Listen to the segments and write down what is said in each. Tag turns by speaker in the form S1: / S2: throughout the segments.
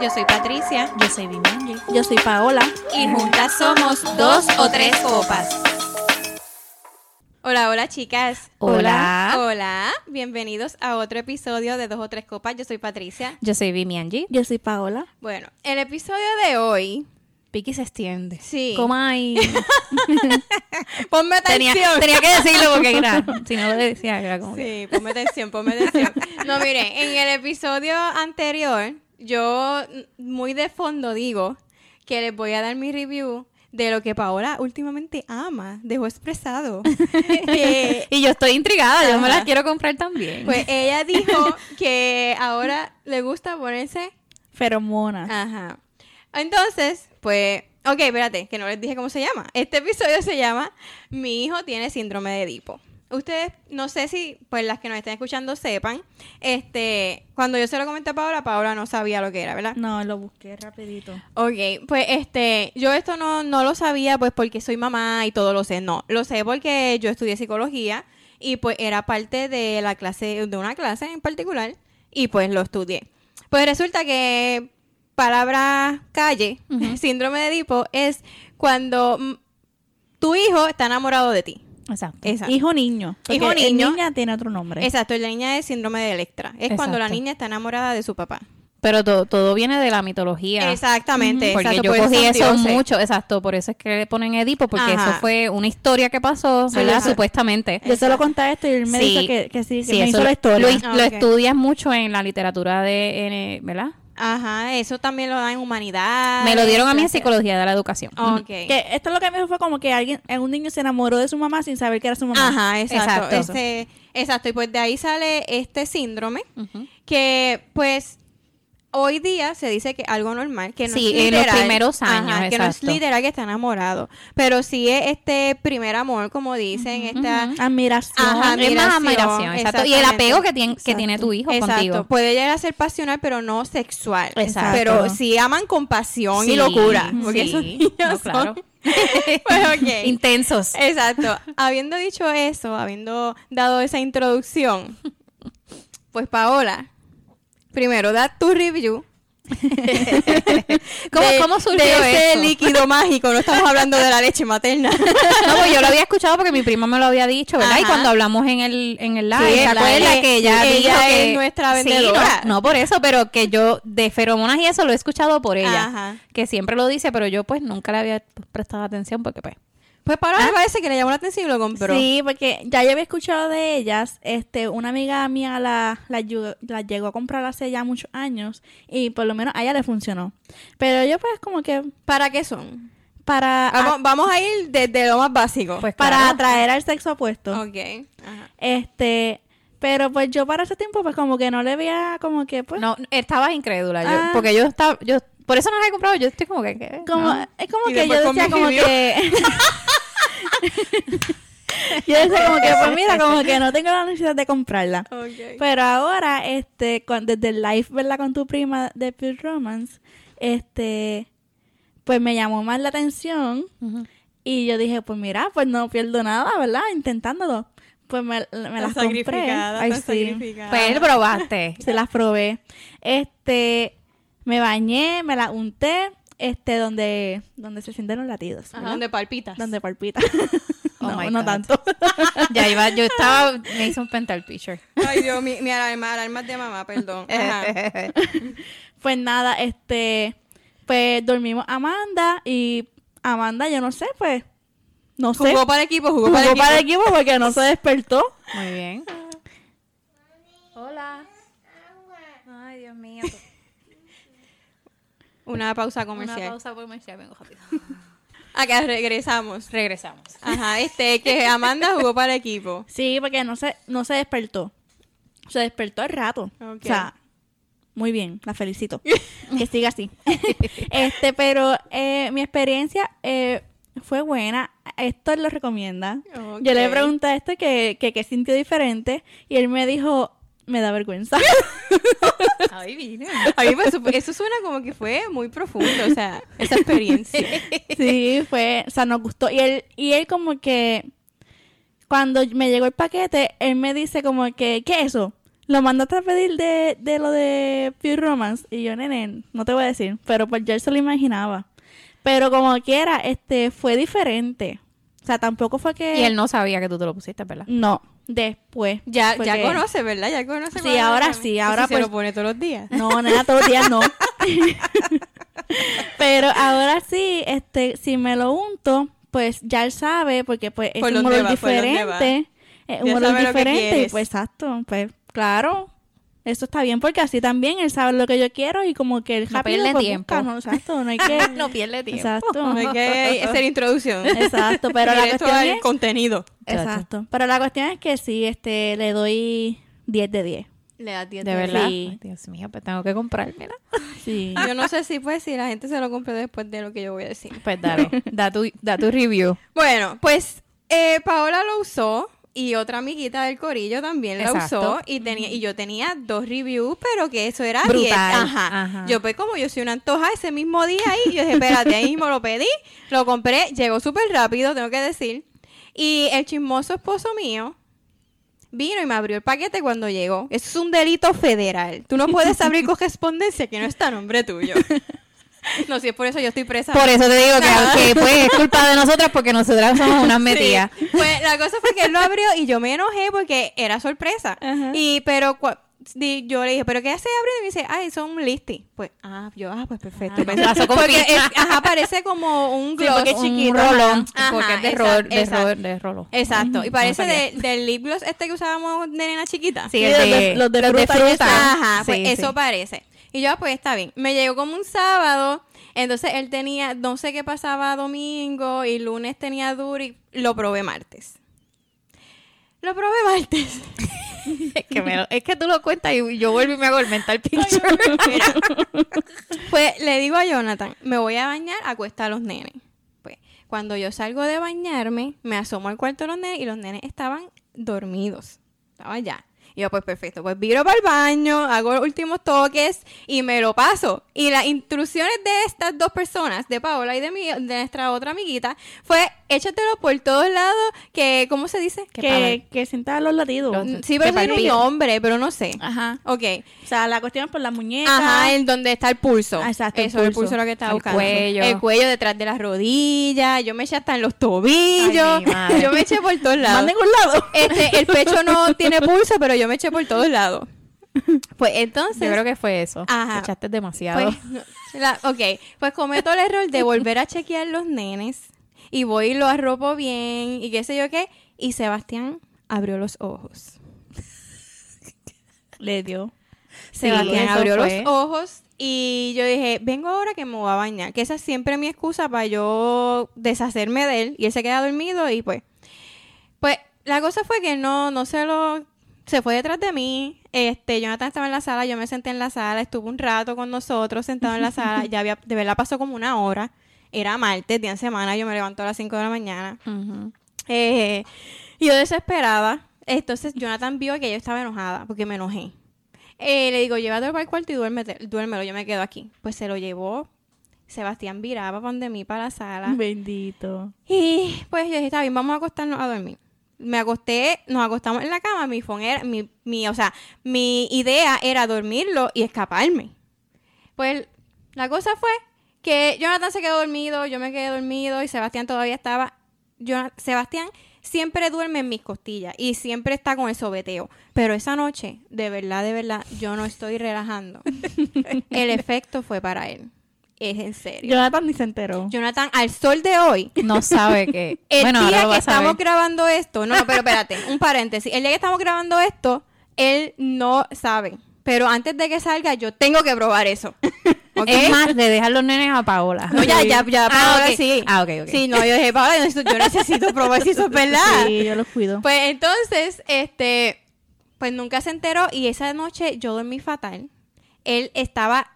S1: Yo soy Patricia.
S2: Yo soy Bimanji. Yo soy Paola.
S1: Y juntas somos dos o tres copas. Hola, hola chicas.
S2: Hola.
S1: Hola. Bienvenidos a otro episodio de Dos o Tres Copas. Yo soy Patricia.
S3: Yo soy Vimianji.
S2: Yo soy Paola.
S1: Bueno, el episodio de hoy.
S3: Piqui se extiende.
S1: Sí.
S3: Coma ahí.
S1: Ponme
S3: tenía,
S1: atención.
S3: tenía que decirlo porque era. Si no lo decía, era como. que-
S1: Sí, ponme atención, ponme atención. No, mire, en el episodio anterior, yo mm, muy de fondo digo que les voy a dar mi review de lo que Paola últimamente ama, dejó expresado. Eh,
S3: Y yo estoy intrigada. Yo me
S1: Ajá.
S3: las quiero comprar también.
S1: pues ella dijo que ahora le gusta ponerse.
S2: Feromona.
S1: Ajá. Entonces, pues. Ok, espérate, que no les dije cómo se llama. Este episodio se llama Mi hijo tiene síndrome de Edipo. Ustedes, no sé si, pues las que nos están escuchando sepan, este, cuando yo se lo comenté a Paola, Paola no sabía lo que era, ¿verdad?
S2: No, lo busqué rapidito.
S1: Ok, pues este, yo esto no, no lo sabía pues porque soy mamá y todo lo sé, no, lo sé porque yo estudié psicología y pues era parte de la clase, de una clase en particular y pues lo estudié. Pues resulta que palabra calle, síndrome de Edipo, es cuando mm, tu hijo está enamorado de ti.
S3: Exacto.
S1: Exacto.
S2: Hijo niño. Porque
S1: Hijo
S2: el
S1: niño.
S2: niña tiene otro nombre.
S1: Exacto, la niña es síndrome de Electra. Es cuando la
S3: Exacto.
S1: niña está enamorada de su papá.
S3: Pero todo, todo viene de la mitología.
S1: Exactamente,
S3: Porque
S1: exacto,
S3: yo
S1: por eso
S3: cogí
S1: son
S3: eso
S1: dioses.
S3: mucho, exacto, por eso es que le ponen Edipo, porque
S1: Ajá.
S3: eso fue una historia que pasó,
S1: Sí, Eh,
S3: ¿verdad?
S1: ajá.
S3: Supuestamente.
S2: Yo solo conté esto y él me
S3: Sí.
S2: dice que, que sí, que
S3: Sí,
S2: me
S3: eso
S2: hizo la
S3: lo,
S2: historia.
S3: his-
S1: Ah,
S3: lo
S1: ok.
S3: estudias mucho en la literatura de, en, eh, ¿verdad?
S1: Ajá, eso también lo dan en humanidad.
S3: Me lo dieron a mí en
S1: Entonces-
S3: psicología de la educación.
S1: Ah, Ok.
S2: Que esto lo que me dijo fue como que alguien, un niño se enamoró de su mamá sin saber que era su mamá.
S1: Ajá, exacto.
S3: Exacto.
S1: Este- exacto. Y pues de ahí sale este síndrome
S3: Ujú.
S1: que pues hoy día se dice que algo normal, que no
S3: Sí,
S1: es
S3: en los
S1: literal,
S3: primeros años,
S1: ajá, que no es
S3: exacto.
S1: literal que está enamorado, pero sí es este primer amor, como dicen, esta...
S3: ujú.
S2: Admiración.
S1: Ajá.
S3: Ah, es más admiración, exacto. Y el apego que tiene, que
S2: Exacto.
S3: tiene tu hijo
S1: Exacto,
S3: contigo.
S1: puede llegar a ser pasional, pero no sexual.
S3: Exacto.
S1: Pero sí aman con pasión
S3: Sí,
S1: y locura. Porque
S3: sí.
S1: esos niños
S3: No,
S1: son-
S3: claro.
S1: Pues, ok.
S3: Intensos.
S1: eh, Exacto. Habiendo dicho eso, habiendo dado esa introducción, pues Paola, primero da tu review.
S3: ¿Cómo,
S1: de-
S3: cómo surgió
S1: de ese
S3: eso?
S1: líquido mágico? No estamos hablando de la leche materna.
S3: No, pues yo lo había escuchado porque mi prima me lo había dicho, ¿verdad? Y
S1: Ajá.
S3: cuando hablamos en el, en el live,
S1: Sí,
S3: ¿te
S1: el
S3: acuerdas
S1: live,
S3: que ella,
S1: ella
S3: dijo
S1: es
S3: que-
S1: nuestra
S3: Sí,
S1: vendedora.
S3: no, no por eso, pero que yo de feromonas y eso lo he escuchado por ella.
S1: Ajá.
S3: Que siempre lo dice, pero yo pues nunca le había prestado atención porque pues...
S1: Pues Paola me parece que le llamó la atención y lo compró.
S2: Sí, porque ya yo había escuchado de ellas, este, una amiga mía la, la, yu- la llegó a comprar hace ya muchos años y por lo menos a ella le funcionó. Pero yo pues como que
S1: ¿Para qué son?
S2: para,
S1: Vamos, vamos a ir desde lo más básico.
S3: Ah. Pues
S2: para
S3: claro.
S2: atraer al sexo opuesto.
S1: ok. Ajá.
S2: Este, pero pues yo para ese tiempo pues como que no le veía como que pues...
S3: No, estabas incrédula, yo-
S2: Ah.
S3: porque yo estaba... Yo, por eso no las he comprado, yo estoy como que... ¿qué? Ah.
S2: como,
S3: No.
S2: Es como
S1: Y
S2: que yo
S1: después
S2: decía como
S1: convivió.
S2: que... yo decía como que pues mira, como que no tengo la necesidad de comprarla.
S1: Ok.
S2: Pero ahora, este, con- desde el live, ¿verdad? Con tu prima de Pure Romance, este, pues me llamó más la atención
S3: Ujú.
S2: y yo dije, pues mira, pues no pierdo nada, ¿verdad? Intentándolo. Pues me, me las compré.
S1: sacrificada,
S2: Ay,
S1: tan
S2: sí.
S1: sacrificada.
S3: Pues probaste.
S2: Se las probé. Este, me bañé, me las unté, este, donde, donde se sienten los latidos.
S1: Ajá,
S2: ¿verdad?
S1: donde palpitas.
S2: Donde palpita.
S3: Oh
S2: no,
S3: my
S2: no
S3: God.
S2: tanto.
S3: ya iba, yo estaba... Me hice un pental picture.
S1: Ay, Dios, mi, mi alarma, alarmas de mamá, perdón. Ajá.
S2: Pues nada, este, pues dormimos Amanda y Amanda, yo no sé, pues, no sé.
S1: Jugó para el equipo, jugó,
S2: Jugó
S1: para el equipo.
S2: para el equipo porque no se despertó.
S3: Muy bien. Hola. Ay, Dios mío.
S1: Una pausa comercial.
S3: Una pausa comercial, vengo rápido.
S1: Acá regresamos.
S3: Regresamos.
S1: Ajá, este, que Amanda jugó para el equipo.
S2: Sí, porque no se, no se despertó. Se despertó al rato.
S1: Ok.
S2: O sea, muy bien, la felicito. que siga así. este, pero eh, mi experiencia eh, fue buena. Esto lo recomienda. Yo le
S1: Ok.
S2: pregunté a este que, que, que sintió diferente y él me dijo, me da vergüenza.
S3: Ay, vine.
S1: A mí me supo- pues, eso suena como que fue muy profundo, o sea, esa experiencia.
S2: Sí, fue, o sea, nos gustó. Y él, y él como que, cuando me llegó el paquete, él me dice como que, ¿qué es eso? Lo mandaste a pedir de, de lo de Pure Romance. Y yo, nene, no te voy a decir. Pero pues yo se lo imaginaba. Pero como quiera, este, fue diferente. O sea, tampoco fue que...
S3: Y él no sabía que tú te lo pusiste, ¿verdad?
S2: No, después.
S1: Ya,
S2: fue
S1: ya
S2: que-
S1: conoce, ¿verdad? Ya conoce. más
S2: Sí,
S1: o menos
S2: ahora
S1: a mí.
S2: sí,
S1: Y
S2: ahora
S1: si
S2: pues-
S1: se lo pone todos los días.
S2: No, nada, todos los días no. Pero ahora sí, este, si me lo unto, pues ya él sabe, porque pues es
S1: Por
S2: un
S1: dónde
S2: olor
S1: va, por dónde
S2: diferente. Es un
S1: Ya
S2: olor
S1: sabe lo que
S2: diferente. Y
S1: quieres.
S2: pues exacto, pues claro. Eso está bien porque así también él sabe lo que yo quiero y como que el
S3: No
S2: happy
S3: pierde
S2: pues,
S3: tiempo.
S2: busca, no, exacto, no hay que...
S3: no pierde tiempo.
S2: exacto.
S1: No hay que hacer introducción.
S2: Exacto, pero la
S1: Directo
S2: cuestión
S1: al
S2: es...
S1: contenido.
S3: Exacto.
S2: Exacto. Pero la cuestión es que sí, este, le doy 10 de 10.
S1: Le da 10
S3: De verdad.
S2: Sí.
S3: Ay, Dios mío, pues tengo que comprar, mira.
S2: Sí.
S1: Yo no sé si pues si la gente se lo compra después de lo que yo voy a decir.
S3: Pues dale, da tu, da tu review.
S1: Bueno, pues eh, Paola lo usó y otra amiguita del corillo también la
S3: Exacto.
S1: usó y tenía y yo tenía dos reviews, pero que eso era
S3: Brutal.
S1: 10. Ajá.
S3: Ajá.
S1: Yo pues como yo soy una antoja ese mismo día ahí, yo dije, espérate, ahí mismo lo pedí, lo compré, llegó súper rápido, tengo que decir. Y el chismoso esposo mío vino y me abrió el paquete cuando llegó. Eso es un delito federal. Tú no puedes abrir correspondencia que no está a nombre tuyo. No, si es por eso yo estoy presa.
S3: Por eso te digo que, que, pues es culpa de nosotras porque nosotras somos unas metidas.
S1: Sí. Pues la cosa fue que él lo abrió y yo me enojé porque era sorpresa.
S2: Ajá.
S1: Y pero cua- di- yo le dije, ¿pero qué hace abrió? Y me dice, ay, son un listing. Pues, ah, yo, ah, pues perfecto.
S3: Ah,
S1: Pues,
S3: pasó con
S1: porque
S3: ficha.
S1: es- ajá, parece como un gloss.
S3: porque es
S1: un
S3: chiquito.
S1: rolón.
S3: porque
S1: Ajá,
S3: es de,
S1: exacto,
S3: rol, de,
S1: exacto.
S3: rol, de rolo.
S1: Exacto. Y parece
S3: sabía.
S1: de- del lip gloss este que usábamos de nena chiquita.
S3: Sí,
S2: Sí,
S3: el
S2: los
S3: de,
S2: de- los de fruta y
S1: Ajá, ajá,
S3: Sí,
S1: pues
S3: sí.
S1: eso parece. Y yo, ah, pues está bien. Me llegó como un sábado, entonces él tenía, no sé qué pasaba domingo y lunes tenía duro y lo probé martes. Lo probé martes.
S3: Es que, me lo- es que tú lo cuentas y yo vuelvo y me hago el mental picture.
S1: Pues le digo a Jonathan, me voy a bañar, acuesta a los nenes. Pues cuando yo salgo de bañarme, me asomo al cuarto de los nenes y los nenes estaban dormidos. Estaban ya. Y yo, pues perfecto, pues viro para el baño, hago los últimos toques y me lo paso. Y las instrucciones de estas dos personas, de Paola y de, mi, de nuestra otra amiguita, fue échatelo por todos lados, que, ¿cómo se dice?
S3: Que
S2: Que,
S3: pagan.
S2: que sienta los latidos.
S3: Los-
S1: Sí, pero
S3: que
S1: tiene
S3: Ah.
S1: un
S3: palpiten.
S1: nombre, pero no sé.
S2: Ajá.
S1: Ok.
S2: O sea, la cuestión es por las muñecas.
S1: Ajá, en donde está el pulso.
S2: Ah, exacto, el
S1: Eso es el
S2: pulso.
S1: pulso lo que estaba
S3: El
S1: buscando.
S3: cuello.
S1: El cuello detrás de las rodillas. Yo me eché hasta en los tobillos.
S3: Ay, mi madre.
S1: yo me eché por todos lados.
S2: Manden un lado.
S1: Este, el pecho no tiene pulso, pero yo me eché por todos lados. Pues entonces.
S3: Yo creo que fue eso.
S1: Ajá.
S3: Te echaste demasiado.
S1: pues, no, la- ok, pues cometo el error de volver a chequear los nenes. Y voy y lo arropo bien. Y qué sé yo qué. Y Sebastián abrió los ojos.
S2: Le dio.
S1: Sebastián
S3: eso
S1: abrió
S3: fue.
S1: los ojos y yo dije, vengo ahora que me voy a bañar. Que esa es siempre mi excusa para yo deshacerme de él. Y él se queda dormido y pues... Pues la cosa fue que no, no se lo... Se fue detrás de mí. Este, Jonathan estaba en la sala, yo me senté en la sala, estuvo un rato con nosotros sentado en la sala. Ya había, de verdad pasó como una hora. Era martes, día en semana, yo me levanto a las 5 de la mañana.
S3: Ujú.
S1: Eh, y yo desesperada. Entonces Jonathan vio que yo estaba enojada porque me enojé. Eh, le digo, llévatelo para el cuarto y duérmete, duérmelo, yo me quedo aquí. Pues se lo llevó. Sebastián viraba para donde mí, para la sala.
S2: Bendito.
S1: Y pues yo dije, está bien, vamos a acostarnos a dormir. Me acosté, nos acostamos en la cama, mi phone era, mi, mi, o sea, mi idea era dormirlo y escaparme. Pues la cosa fue que Jonathan se quedó dormido, yo me quedé dormido y Sebastián todavía estaba. Jona- Sebastián siempre duerme en mis costillas y siempre está con el sobeteo. Pero esa noche, de verdad, de verdad, yo no estoy relajando. el efecto fue para él. Es en serio.
S2: Jonathan ni se enteró.
S1: Jonathan, al sol de hoy,
S3: No sabe que.
S1: Pues, el
S3: bueno,
S1: día
S3: ahora lo
S1: que
S3: vas a
S1: estamos
S3: saber.
S1: grabando esto, no, no, pero espérate, un paréntesis. El día que estamos grabando esto, él no sabe. Pero antes de que salga, yo tengo que probar eso. ¿Ok?
S3: Es más, de dejar los nenes a Paola.
S1: ¿Eh? No, ya, ya, ya,
S3: Ah,
S1: Paola,
S3: ok.
S1: sí.
S3: Ah, ok, ok.
S1: Sí, no, yo dije, Paola, yo necesito, yo necesito probar si eso es verdad.
S2: Sí, yo los cuido.
S1: Pues entonces, este, pues nunca se enteró y esa noche yo dormí fatal. Él estaba,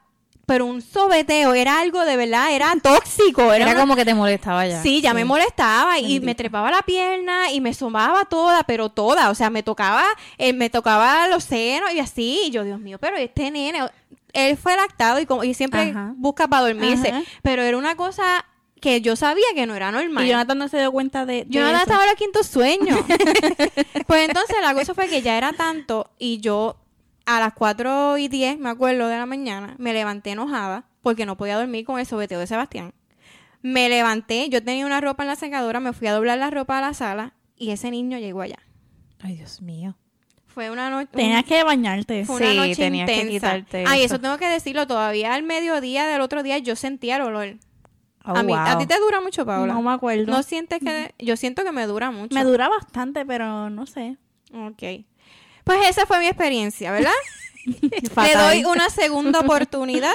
S1: pero un sobeteo, era algo de verdad, era tóxico, era,
S3: Era
S1: una-
S3: como que te molestaba ya.
S1: Sí, ya me molestaba y me
S3: Bendito.
S1: trepaba la pierna y me asomaba toda, pero toda, o sea, me tocaba, eh, me tocaba los senos y así, y yo, Dios mío, pero este nene, o- él fue lactado y, como, y siempre
S3: Ajá.
S1: busca para dormirse,
S2: Ajá.
S1: pero era una cosa que yo sabía que no era normal.
S2: y Jonathan no se dio cuenta de. de
S1: Yo no
S2: eso.
S1: estaba en los quinto sueño. pues entonces la cosa fue que ya era tanto y yo a las 4 y 10, me acuerdo, de la mañana, me levanté enojada porque no podía dormir con el sobeteo de Sebastián. Me levanté, yo tenía una ropa en la secadora, me fui a doblar la ropa a la sala y ese niño llegó allá.
S3: Ay, Dios mío.
S1: Fue una noche...
S2: Tenías que bañarte.
S1: Fue una
S3: Sí,
S1: noche
S3: tenías que
S1: intensa.
S3: quitarte
S1: Ay,
S3: eso.
S1: eso tengo que decirlo. Todavía al mediodía del otro día yo sentía el olor.
S3: Oh,
S1: a, mí, a
S3: wow.
S1: ti te dura mucho, Paula.
S2: No
S1: No,
S2: me acuerdo.
S1: sientes que... Yo siento que me dura mucho.
S2: me dura bastante, pero no sé.
S1: Ok. Pues esa fue mi experiencia, ¿verdad? Te
S2: Fatal.
S1: doy una segunda oportunidad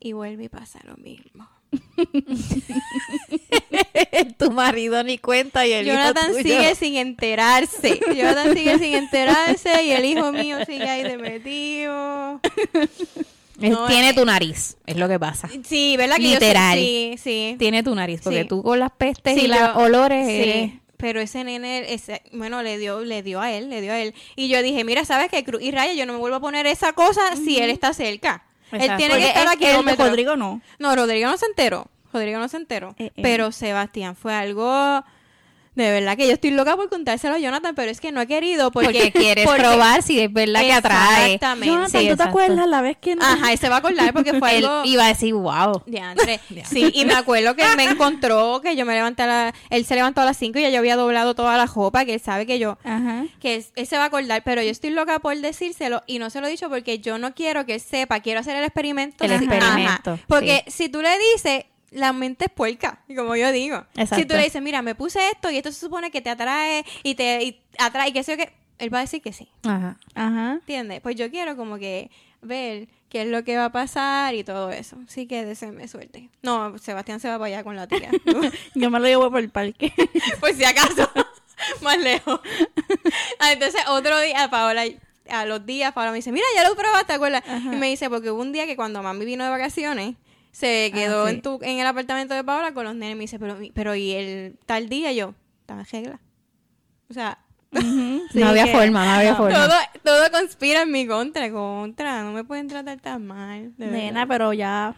S1: y vuelve y pasa lo mismo.
S3: tu marido ni cuenta y el
S1: Jonathan
S3: hijo tuyo.
S1: sigue sin enterarse. Jonathan sigue sin enterarse y el hijo mío sigue ahí de metido.
S3: Él
S1: No,
S3: tiene
S1: eh.
S3: tu nariz, es lo que pasa.
S1: Sí, ¿verdad? Que yo sé-
S3: Literal.
S1: sí, sí.
S3: Tiene tu nariz, porque
S1: Sí.
S3: tú con las pestes
S1: Sí,
S3: y los
S1: yo-
S3: olores
S1: sí,
S3: eres-
S1: Pero ese nene, ese, bueno, le dio, le dio a él, le dio a él. Y yo dije, mira, ¿sabes qué? Cruz y Raya, yo no me vuelvo a poner esa cosa si él está cerca. Él
S3: Exacto.
S1: tiene
S2: Porque
S1: que estar
S2: el-
S1: aquí.
S2: el Rodrigo no.
S1: No, Rodrigo no se enteró. Rodrigo no se enteró.
S2: Eh, eh.
S1: Pero Sebastián fue algo. De verdad que yo estoy loca por contárselo a Jonathan, pero es que no he querido porque,
S3: porque quieres probar si es verdad que atrae.
S1: Exactamente.
S2: Jonathan,
S3: Sí,
S2: ¿tú te
S3: exacto.
S2: acuerdas la vez que no?
S1: Ajá, él se va a acordar porque fue
S3: Él
S1: algo.
S3: iba a decir, wow.
S1: Diantre. Sí, y me acuerdo que él me encontró, que yo me levanté a la... Él se levantó a las 5 y ya yo había doblado toda la ropa, que él sabe que yo...
S2: Ajá.
S1: Que él, él se va a acordar, pero yo estoy loca por decírselo y no se lo he dicho porque yo no quiero que él sepa, quiero hacer el experimento.
S3: El
S1: Ajá.
S3: experimento,
S1: Porque si tú le dices, la mente es puerca, como yo digo. Si tú
S3: Exacto.
S1: le dices, mira, me puse esto y esto se supone que te atrae y te y atrae y qué sé yo qué, él va a decir que sí.
S3: Ajá.
S2: Ajá.
S1: ¿Entiendes? Pues yo quiero como que ver qué es lo que va a pasar y todo eso. Así que deseenme suerte. No, Sebastián se va para allá con la tía.
S2: Yo me lo llevo por el parque.
S1: Por si acaso. Más lejos. Ah, Entonces, otro día, Paola, a los días, Paola me dice, mira, ya lo probaste, ¿te acuerdas? Y me dice, porque hubo un día que cuando mami vino de vacaciones, se
S2: Ah,
S1: quedó
S2: sí.
S1: en, tu, en el apartamento de Paola con los nenes. Me dice, pero, pero ¿y el tal día? Y yo, estaba en regla. O sea,
S2: Sí,
S3: no había
S2: que-
S3: forma, no había forma.
S1: todo, todo conspira en mi contra, contra. No me pueden tratar tan mal. De
S2: Nena,
S1: verdad.
S2: pero ya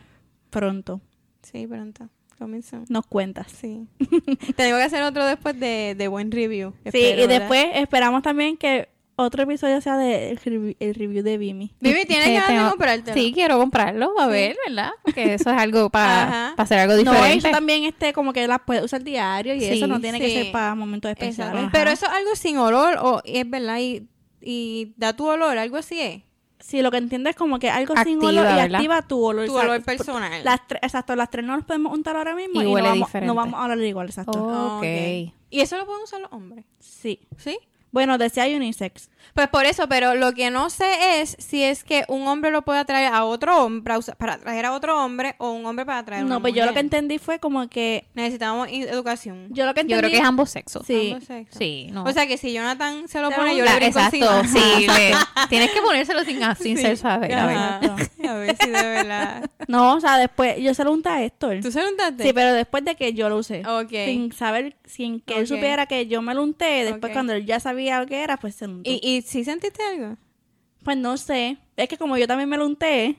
S2: pronto
S1: Sí, pronto. Comenzó.
S2: nos cuentas.
S1: Sí. Tengo que hacer otro después de, de buen review.
S2: sí,
S1: espero,
S2: y
S1: ¿verdad?
S2: después esperamos también que otro episodio sea del el review de Vimi.
S1: Vivi, tienes
S3: Sí,
S1: ganas
S3: tengo-
S1: de comprártelo.
S3: Sí, quiero comprarlo, a
S1: Sí.
S3: ver, ¿verdad? Porque eso es algo
S1: Ajá.
S3: para hacer algo
S2: No, eso
S3: diferente.
S2: también este como que las puedes usar diario y
S3: Sí,
S2: eso no tiene que
S1: sí.
S2: ser para momentos especiales.
S1: Exacto.
S2: Ajá.
S1: Pero eso es algo sin olor, o es verdad, y, y da tu olor, algo así es.
S2: Sí, lo que entiendes es como que algo sin
S3: Activa,
S2: olor y
S3: ¿verdad?
S2: activa tu olor.
S1: Tu
S2: exacto.
S1: olor personal.
S2: Las tres, exacto, las tres no las podemos untar ahora mismo
S3: Y
S2: y, no,
S3: huele
S2: vamos,
S3: diferente.
S2: no vamos a hablar igual, exacto.
S3: Oh, ok.
S1: Y eso lo pueden usar los hombres,
S2: Sí.
S1: ¿sí?
S2: Bueno, decía unisex.
S1: Pues por eso, pero lo que no sé es si es que un hombre lo puede atraer a otro hombre, para usa- para atraer a otro hombre, o un hombre para atraer a una
S2: No, pues yo lo que
S1: mujer.
S2: entendí fue como que
S1: Necesitamos i- educación.
S2: yo lo que entendí
S3: Yo creo que es ambos sexos.
S2: sí.
S1: Ambos sexos.
S3: Sí, no.
S1: O sea que si Jonathan se lo
S2: Te
S1: pone, yo
S3: La-
S1: le brinco
S3: exacto,
S1: encima.
S3: sí. le- tienes que ponérselo sin, sin ser saber. a ver.
S1: Ajá. A ver si de verdad.
S2: No, o sea, después yo se lo unté a Héctor.
S1: ¿Tú se lo untaste?
S2: Sí, pero después de que yo lo usé.
S1: Ok.
S2: Sin saber, sin que él
S1: Ok.
S2: supiera que yo me lo unté. Después
S1: Ok.
S2: cuando él ya sabía lo que era, pues se lo untó.
S1: ¿Y, ¿Y si sentiste algo?
S2: Pues no sé. Es que como yo también me lo unté,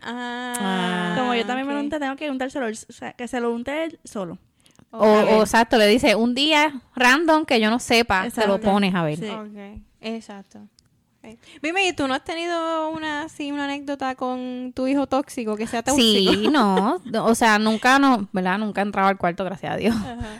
S1: Ah,
S2: como yo también me lo
S1: ok.
S2: unté, tengo que untárselo. él- O sea, que se lo unté él solo.
S3: O, o exacto, le dice un día random que yo no sepa, te lo
S2: Exacto.
S3: pones a ver.
S2: Sí.
S1: Ok, exacto. Ok. Dime, ¿y tú no has tenido una así una anécdota con tu hijo tóxico que sea tóxico?
S3: Sí, no, no, o sea, nunca no, ¿verdad? Nunca he entrado al cuarto, gracias a Dios,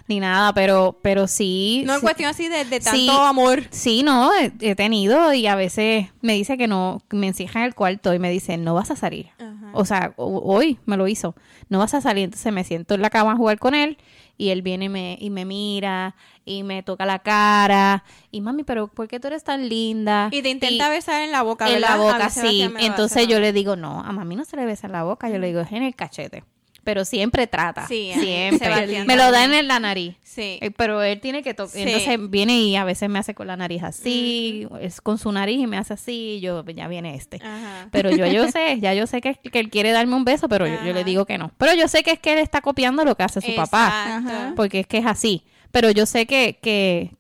S3: ni nada, pero pero sí
S1: No en
S3: sí,
S1: cuestión así de, de tanto
S3: Sí.
S1: amor.
S3: sí, no, he, he tenido y a veces me dice que no, que me encierra en el cuarto y me dice, "No vas a salir."
S1: Ajá.
S3: O sea, ho- hoy me lo hizo. No vas a salir, entonces me siento en la cama a jugar con él y él viene y me, y me mira y me toca la cara y mami, pero ¿por qué tú eres tan linda?
S1: Y te intenta besar en la boca,
S3: en la
S1: ¿verdad? A
S3: boca,
S1: mí Sebastián
S3: sí.
S1: me lo hace,
S3: Entonces
S1: ¿no?
S3: yo le digo, no, a mami no se le besa en la boca, yo le digo, es en el cachete. Pero siempre trata.
S1: Sí,
S3: siempre.
S1: Sebastián
S3: Me lo da
S1: también.
S3: en la nariz.
S1: Sí.
S3: Eh, Pero él tiene que tocar.
S1: Sí.
S3: Entonces viene y a veces me hace con la nariz así, es con su nariz y me hace así, y yo, ya viene este.
S1: Ajá.
S3: Pero yo, yo sé, ya yo sé que, que él quiere darme un beso, pero yo, yo
S1: Ajá.
S3: le digo que no. Pero yo sé que es que él está copiando lo que hace su papá,
S1: Exacto. Pues,
S2: Ajá.
S3: porque es que es así. Pero yo sé que, que,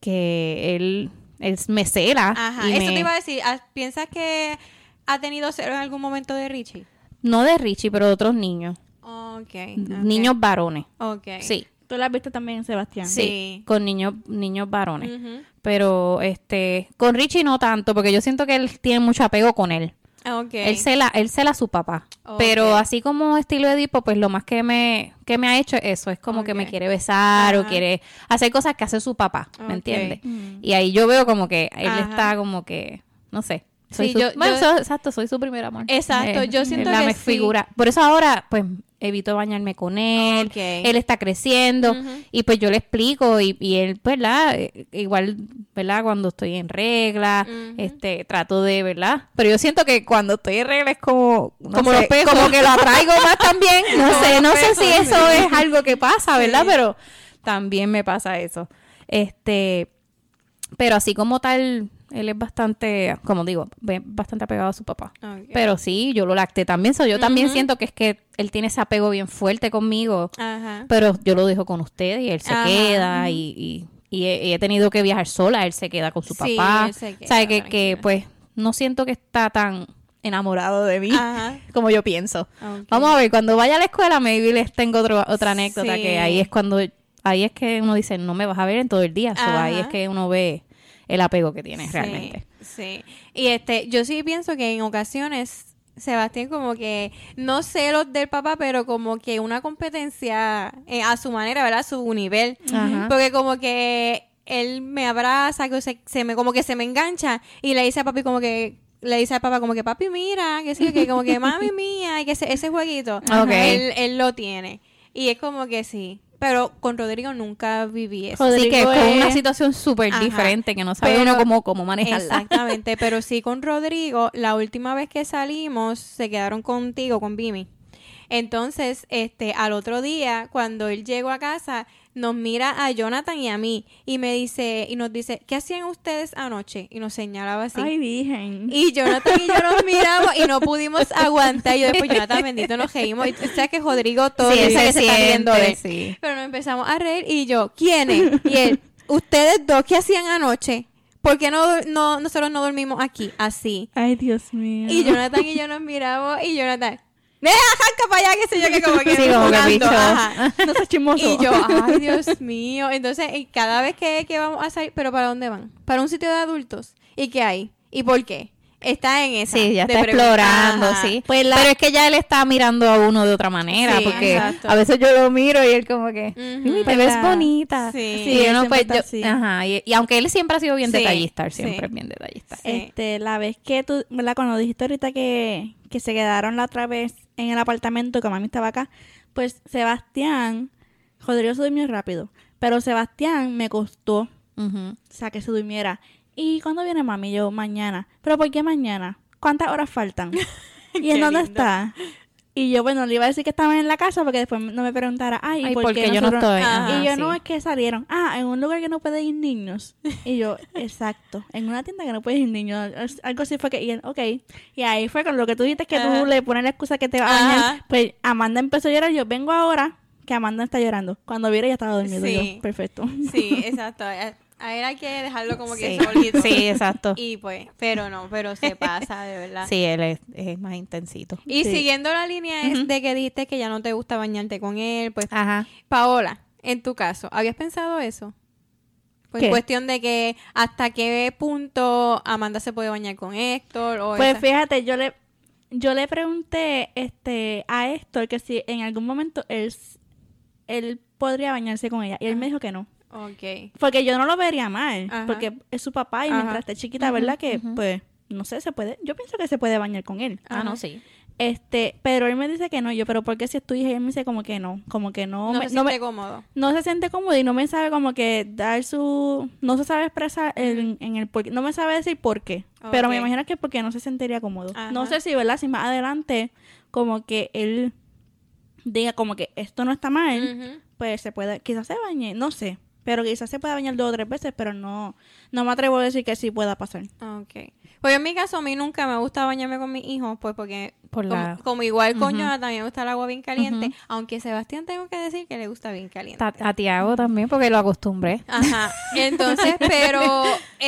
S3: que él, él me cela.
S1: Ajá.
S3: y
S1: Eso
S3: me-
S1: te iba a decir. ah, ¿Piensas que ha tenido cero en algún momento de Richie?
S3: No de Richie, pero de otros niños.
S1: Ok. ok.
S3: Niños varones.
S1: Ok.
S3: Sí.
S2: Tú la has visto también, Sebastián.
S3: Sí,
S1: Sí.
S3: con niños niños varones.
S1: Ujú.
S3: Pero este, con Richie no tanto, porque yo siento que él tiene mucho apego con él.
S1: Ah, ok.
S3: Él cela, él cela a su papá.
S1: Ok.
S3: Pero así como estilo Edipo, pues lo más que me, que me ha hecho es eso. Es como que
S1: Ok.
S3: me quiere besar o
S1: Ajá.
S3: quiere hacer cosas que hace su papá.
S1: Ok.
S3: ¿Me entiendes?
S2: Mm.
S3: Y ahí yo veo como que él
S1: Ajá.
S3: está como que, no sé. Soy
S1: Sí,
S3: su-
S1: yo-
S3: bueno,
S1: yo-
S3: so- exacto, soy su primer amor. Eh,
S1: Exacto, yo siento
S3: la
S1: que
S3: me
S1: sí.
S3: figura. Por eso ahora, pues, evito bañarme con él.
S1: Ok.
S3: Él está creciendo.
S1: Ujú.
S3: Y pues yo le explico. Y, y él, ¿verdad? Eh, Igual, ¿verdad? Cuando estoy en regla,
S1: Ujú.
S3: este, trato de, ¿verdad? Pero yo siento que cuando estoy en regla es como. no
S1: Como
S3: sé,
S1: los pesos.
S3: Como que lo atraigo más también. No
S1: Como
S3: sé,
S1: los
S3: no sé si
S1: pesos,
S3: eso
S1: sí.
S3: es algo que pasa, ¿verdad?
S1: Sí.
S3: Pero también me pasa eso. Este. Pero así como tal, él es bastante, como digo, be- bastante apegado a su papá.
S1: Ok.
S3: Pero sí, yo lo lacté también. So, yo también
S1: Ujú.
S3: siento que es que él tiene ese apego bien fuerte conmigo.
S1: Ajá.
S3: Pero yo lo dejo con ustedes y él se
S1: Ajá.
S3: queda y, y- y he, y he tenido que viajar sola. Él se queda con su
S1: Sí,
S3: papá.
S1: él se queda,
S3: ¿Sabe? Que, que
S1: tranquila.
S3: pues no siento que está tan enamorado de mí
S1: Ajá.
S3: como yo pienso.
S1: Ah. Ok.
S3: Vamos a ver, cuando vaya a la escuela, maybe les tengo otro- otra anécdota
S1: Sí.
S3: que ahí es cuando, ahí es que uno dice, no me vas a ver en todo el día. So, ahí
S1: Ajá.
S3: es que uno ve el apego que tiene
S1: Sí,
S3: realmente.
S1: Sí. Y este, yo sí pienso que en ocasiones Sebastián como que no sé los del papá, pero como que una competencia eh, a su manera, ¿verdad? A su nivel.
S3: Ajá.
S1: Porque como que él me abraza, que se, se me, como que se me engancha y le dice a papi como que le dice al papá como que papi mira, que sí, que como que mami mía, y que ese, ese jueguito
S3: Ok.
S1: él, él lo tiene. Y es como que sí. Pero con Rodrigo nunca viví eso.
S3: Así que
S2: Rodrigo
S3: fue una
S2: es-
S3: situación súper
S1: Ajá.
S3: diferente que no sabe
S1: Pero-
S3: uno cómo, cómo manejarla.
S1: Exactamente, pero sí con Rodrigo, la última vez que salimos, se quedaron contigo, con Bimi. Entonces, este, al otro día, cuando él llegó a casa, nos mira a Jonathan y a mí y me dice, y nos dice, ¿qué hacían ustedes anoche? Y nos señalaba así.
S2: Ay, virgen.
S1: Y Jonathan y yo nos miramos y no pudimos aguantar. Y yo después, Jonathan, bendito, nos reímos. Y tú sabes que Rodrigo todo
S3: Sí, él
S1: dice
S3: sigue
S1: que se está riendo
S3: siendo,
S1: de él.
S3: sí.
S1: Pero nos empezamos a reír y yo, ¿quiénes? Y él, ustedes dos, ¿qué hacían anoche? ¿Por qué no, no, nosotros no dormimos aquí? Así.
S2: Ay, Dios mío.
S1: Y Jonathan y yo nos miramos y Jonathan, ¡Deja, jaca para allá! Que sé yo, que como que
S3: Sí, como que Ah,
S1: jugando,
S3: bicho.
S1: ajá.
S2: no seas chismoso.
S1: Y yo, ay, Dios mío. Entonces, y cada vez que, que vamos a salir, ¿pero para dónde van? Para un sitio de adultos. ¿Y qué hay? ¿Y por qué? Está en esa.
S3: Sí, ya
S1: de
S3: está
S1: pregunta.
S3: explorando,
S1: Ajá.
S3: sí.
S2: Pues
S3: Pero es que ya él está mirando a uno de otra manera,
S1: Sí,
S3: porque
S1: exacto.
S3: a veces yo lo miro y él como que,
S1: Ujú.
S3: "Uy, te ves
S2: ¿Verdad?
S3: bonita.
S1: Sí.
S3: Y
S1: Sí,
S3: yo no,
S2: siempre
S3: pues,
S2: está
S3: yo-
S2: así.
S3: ajá, y, y aunque él siempre ha sido bien
S1: Sí,
S3: detallista, él
S1: sí.
S3: siempre es bien detallista.
S1: Sí.
S2: Este, la vez que tú, ¿verdad? Cuando dijiste ahorita que, que se quedaron la otra vez en el apartamento que mami estaba acá, pues Sebastián, Rodrigo se durmió rápido, pero Sebastián me costó, o
S3: Ujú.
S2: sea, que se durmiera. ¿Y cuándo viene mami? Yo, mañana. ¿Pero por qué mañana? ¿Cuántas horas faltan? ¿Y
S1: Qué
S2: en dónde
S1: lindo.
S2: está? Y yo, bueno, le iba a decir que estaba en la casa porque después no me preguntara, ay,
S3: Ay,
S2: ¿por
S3: porque
S2: qué
S3: yo no
S2: nosotros-
S3: estoy.
S1: Ajá,
S2: y yo
S3: sí.
S2: no, es que salieron. Ah, en un lugar que no puede ir niños. Y yo, exacto, en una tienda que no puede ir niños. Es- Algo así fue que, y él, ok. Y ahí fue con lo que tú dijiste que
S1: Ajá.
S2: tú le pones la excusa que te va a bañar.
S1: Ajá.
S2: Pues Amanda empezó a llorar. Yo vengo ahora que Amanda está llorando. Cuando viera ya estaba durmiendo.
S1: Sí.
S2: Yo, perfecto.
S1: Sí, exacto. A, a él hay que dejarlo como que
S3: Sí.
S1: solito.
S3: Sí, exacto.
S1: Y pues, pero no, pero se pasa, de verdad.
S3: Sí, él es, es más intensito.
S1: Y
S2: Sí.
S1: siguiendo la línea es de que dijiste que ya no te gusta bañarte con él, pues,
S3: Ajá.
S1: Paola, en tu caso, ¿habías pensado eso? Pues
S2: ¿Qué?
S1: cuestión de que hasta qué punto Amanda se puede bañar con Héctor o
S2: Pues
S1: esa-
S2: fíjate, yo le, yo le pregunté este, a Héctor que si en algún momento él, s- él podría bañarse con ella. Y él me dijo que no.
S1: Ok.
S2: Porque yo no lo vería mal,
S1: Ajá.
S2: porque es su papá y
S1: Ajá.
S2: mientras esté chiquita,
S3: Ujú,
S2: ¿verdad? Que
S3: ujú.
S2: pues, no sé, se puede, yo pienso que se puede bañar con él.
S1: Ah, no,
S3: sí.
S2: Este, pero él me dice que no, y yo, pero ¿por qué si es tu hija? Y él me dice como que no, como que no,
S1: No,
S2: me-
S1: te
S2: no, me-
S1: sientes cómodo.
S2: no se siente cómodo y no me sabe como que dar su, no se sabe expresar en, en el por qué, no me sabe decir por qué, pero me
S1: Ok.
S2: imagino que porque no se sentiría cómodo. No
S1: Ajá.
S2: sé si, ¿verdad? Si más adelante como que él diga como que esto no está mal,
S1: Ujú.
S2: pues se puede, quizás se bañe, no sé, pero quizás se pueda bañar dos o tres veces, pero no, no me atrevo a decir que sí pueda pasar.
S1: Ok. Pues yo en mi caso, a mí nunca me gusta bañarme con mis hijos, pues porque
S3: Por la...
S1: Como, como igual con
S3: Ujú.
S1: Jonathan, también me gusta el agua bien caliente.
S3: Ujú.
S1: Aunque Sebastián tengo que decir que le gusta bien caliente.
S3: Ta- A Tiago también, porque lo acostumbré.
S1: Ajá. Entonces, pero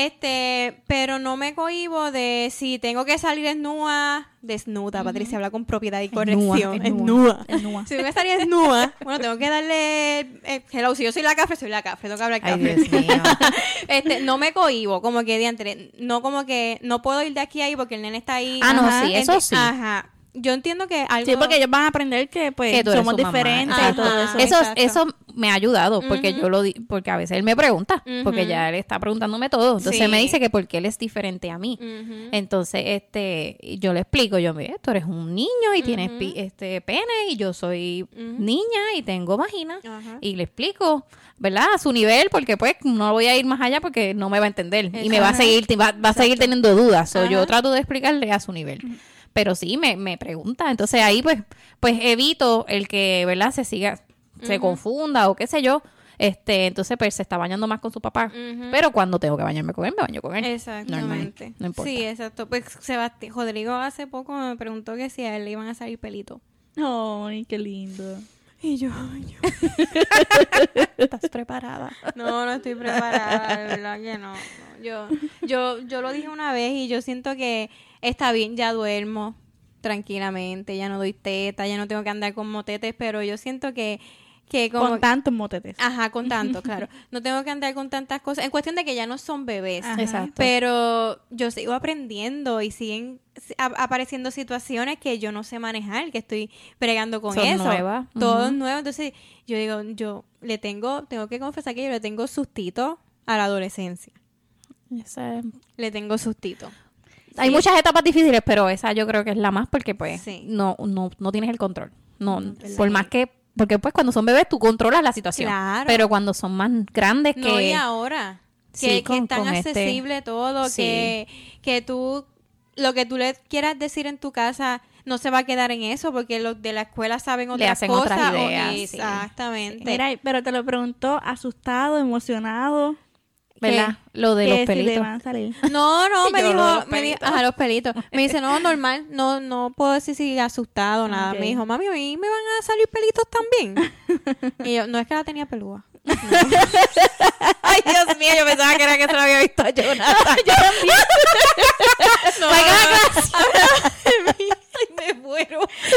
S1: este, pero no me cohibo de si tengo que salir desnuda, desnuda, Patricia habla con propiedad y corrección.
S3: es
S1: Desnuda.
S2: Es nua.
S1: Si me estaría desnuda, bueno, tengo que darle eh, hello, si yo soy la cafre, soy la cafre, tengo que hablar
S3: Ay,
S1: cafre.
S3: Dios mío.
S1: Este, no me cohibo, como que diantre, no como que no puedo ir de aquí a ahí porque el nene está ahí.
S3: Ah, no,
S1: Ajá.
S3: sí, eso
S1: Enti-
S3: sí.
S1: Ajá. Yo entiendo que algo
S2: Sí, porque ellos van a aprender que pues
S3: que tú eres
S2: somos
S3: su mamá.
S2: diferentes
S1: Ajá.
S2: y todo eso.
S1: Es-
S3: Eso,
S1: Ah, Exacto.
S3: eso me ha ayudado porque
S1: Ujú.
S3: yo lo di- porque a veces él me pregunta, porque
S1: Ujú.
S3: ya él está preguntándome todo. Entonces
S1: Sí.
S3: me dice que porque él es diferente a mí.
S1: Ujú.
S3: Entonces, este, y yo le explico, yo, mire, tú eres un niño y tienes pi- este pene y yo soy
S1: Ujú. Ah,
S3: niña y tengo vagina.
S1: Ajá.
S3: Y le explico, ¿verdad? A su nivel, porque pues no voy a ir más allá porque no me va a entender y me va a
S1: Exacto.
S3: seguir, va, va a seguir teniendo dudas. So, yo
S1: Ajá.
S3: trato de explicarle a su nivel. Pero sí, me, me pregunta. Entonces ahí pues, pues evito el que, ¿verdad? Se siga, se confunda o qué sé yo. Este, entonces pues se está bañando más con su papá.
S1: Ujú.
S3: Pero cuando tengo que bañarme con él, me baño con él.
S1: Exactamente.
S3: Normal, no importa.
S1: Sí, exacto. Pues Sebastián, Rodrigo hace poco me preguntó que si a él le iban a salir pelito.
S2: Ay, qué lindo.
S1: Y yo, ay, yo-
S3: Estás preparada.
S1: no, no estoy preparada, de verdad que no. no. Yo, yo, yo lo dije una vez y yo siento que está bien, ya duermo tranquilamente, ya no doy teta, ya no tengo que andar con motetes, pero yo siento que, que como
S2: Con tantos motetes.
S3: Ah,
S1: Ajá, con tanto, claro. No tengo que andar con tantas cosas. En cuestión de que ya no son bebés.
S2: Ajá.
S3: Exacto.
S1: Pero yo sigo aprendiendo y siguen si- a- apareciendo situaciones que yo no sé manejar, que estoy bregando con
S3: Son
S1: eso.
S3: nuevas.
S1: Todo es
S3: Ujú.
S1: nuevo. Entonces, yo digo, yo le tengo, tengo que confesar que yo le tengo sustito a la adolescencia.
S3: Esa es-
S1: Le tengo sustito.
S3: Hay muchas etapas difíciles, pero esa yo creo que es la más porque pues
S1: Sí.
S3: no, no, no tienes el control. No,
S1: Sí.
S3: por más que, porque pues cuando son bebés tú controlas la situación.
S1: Claro.
S3: Pero cuando son más grandes que
S1: No, y ahora. Que,
S3: Sí,
S1: que
S3: con-
S1: es tan
S3: con este-
S1: accesible todo,
S3: Sí.
S1: que, que tú, lo que tú le quieras decir en tu casa no se va a quedar en eso, porque los de la escuela saben otras
S3: hacen
S1: cosas.
S3: otras
S1: o-
S3: ideas, sí.
S1: exactamente.
S2: Mira, pero te lo preguntó asustado, emocionado.
S3: ¿verdad? Lo de
S2: que
S3: los
S2: si
S3: pelitos.
S2: le van a salir.
S1: No, no,
S3: Y
S1: me
S3: yo,
S1: dijo,
S3: lo de los
S1: me dijo,
S3: pelitos.
S1: ajá, los pelitos. Me dice, no, normal, no, no puedo decir si asustado o nada.
S2: Ok.
S1: Me dijo, mami, ¿a mí me van a salir pelitos también? y yo, no es que la tenía pelúa.
S3: Ay, Dios mío, yo pensaba que era que se lo había visto a Jonathan.
S1: No, me muero.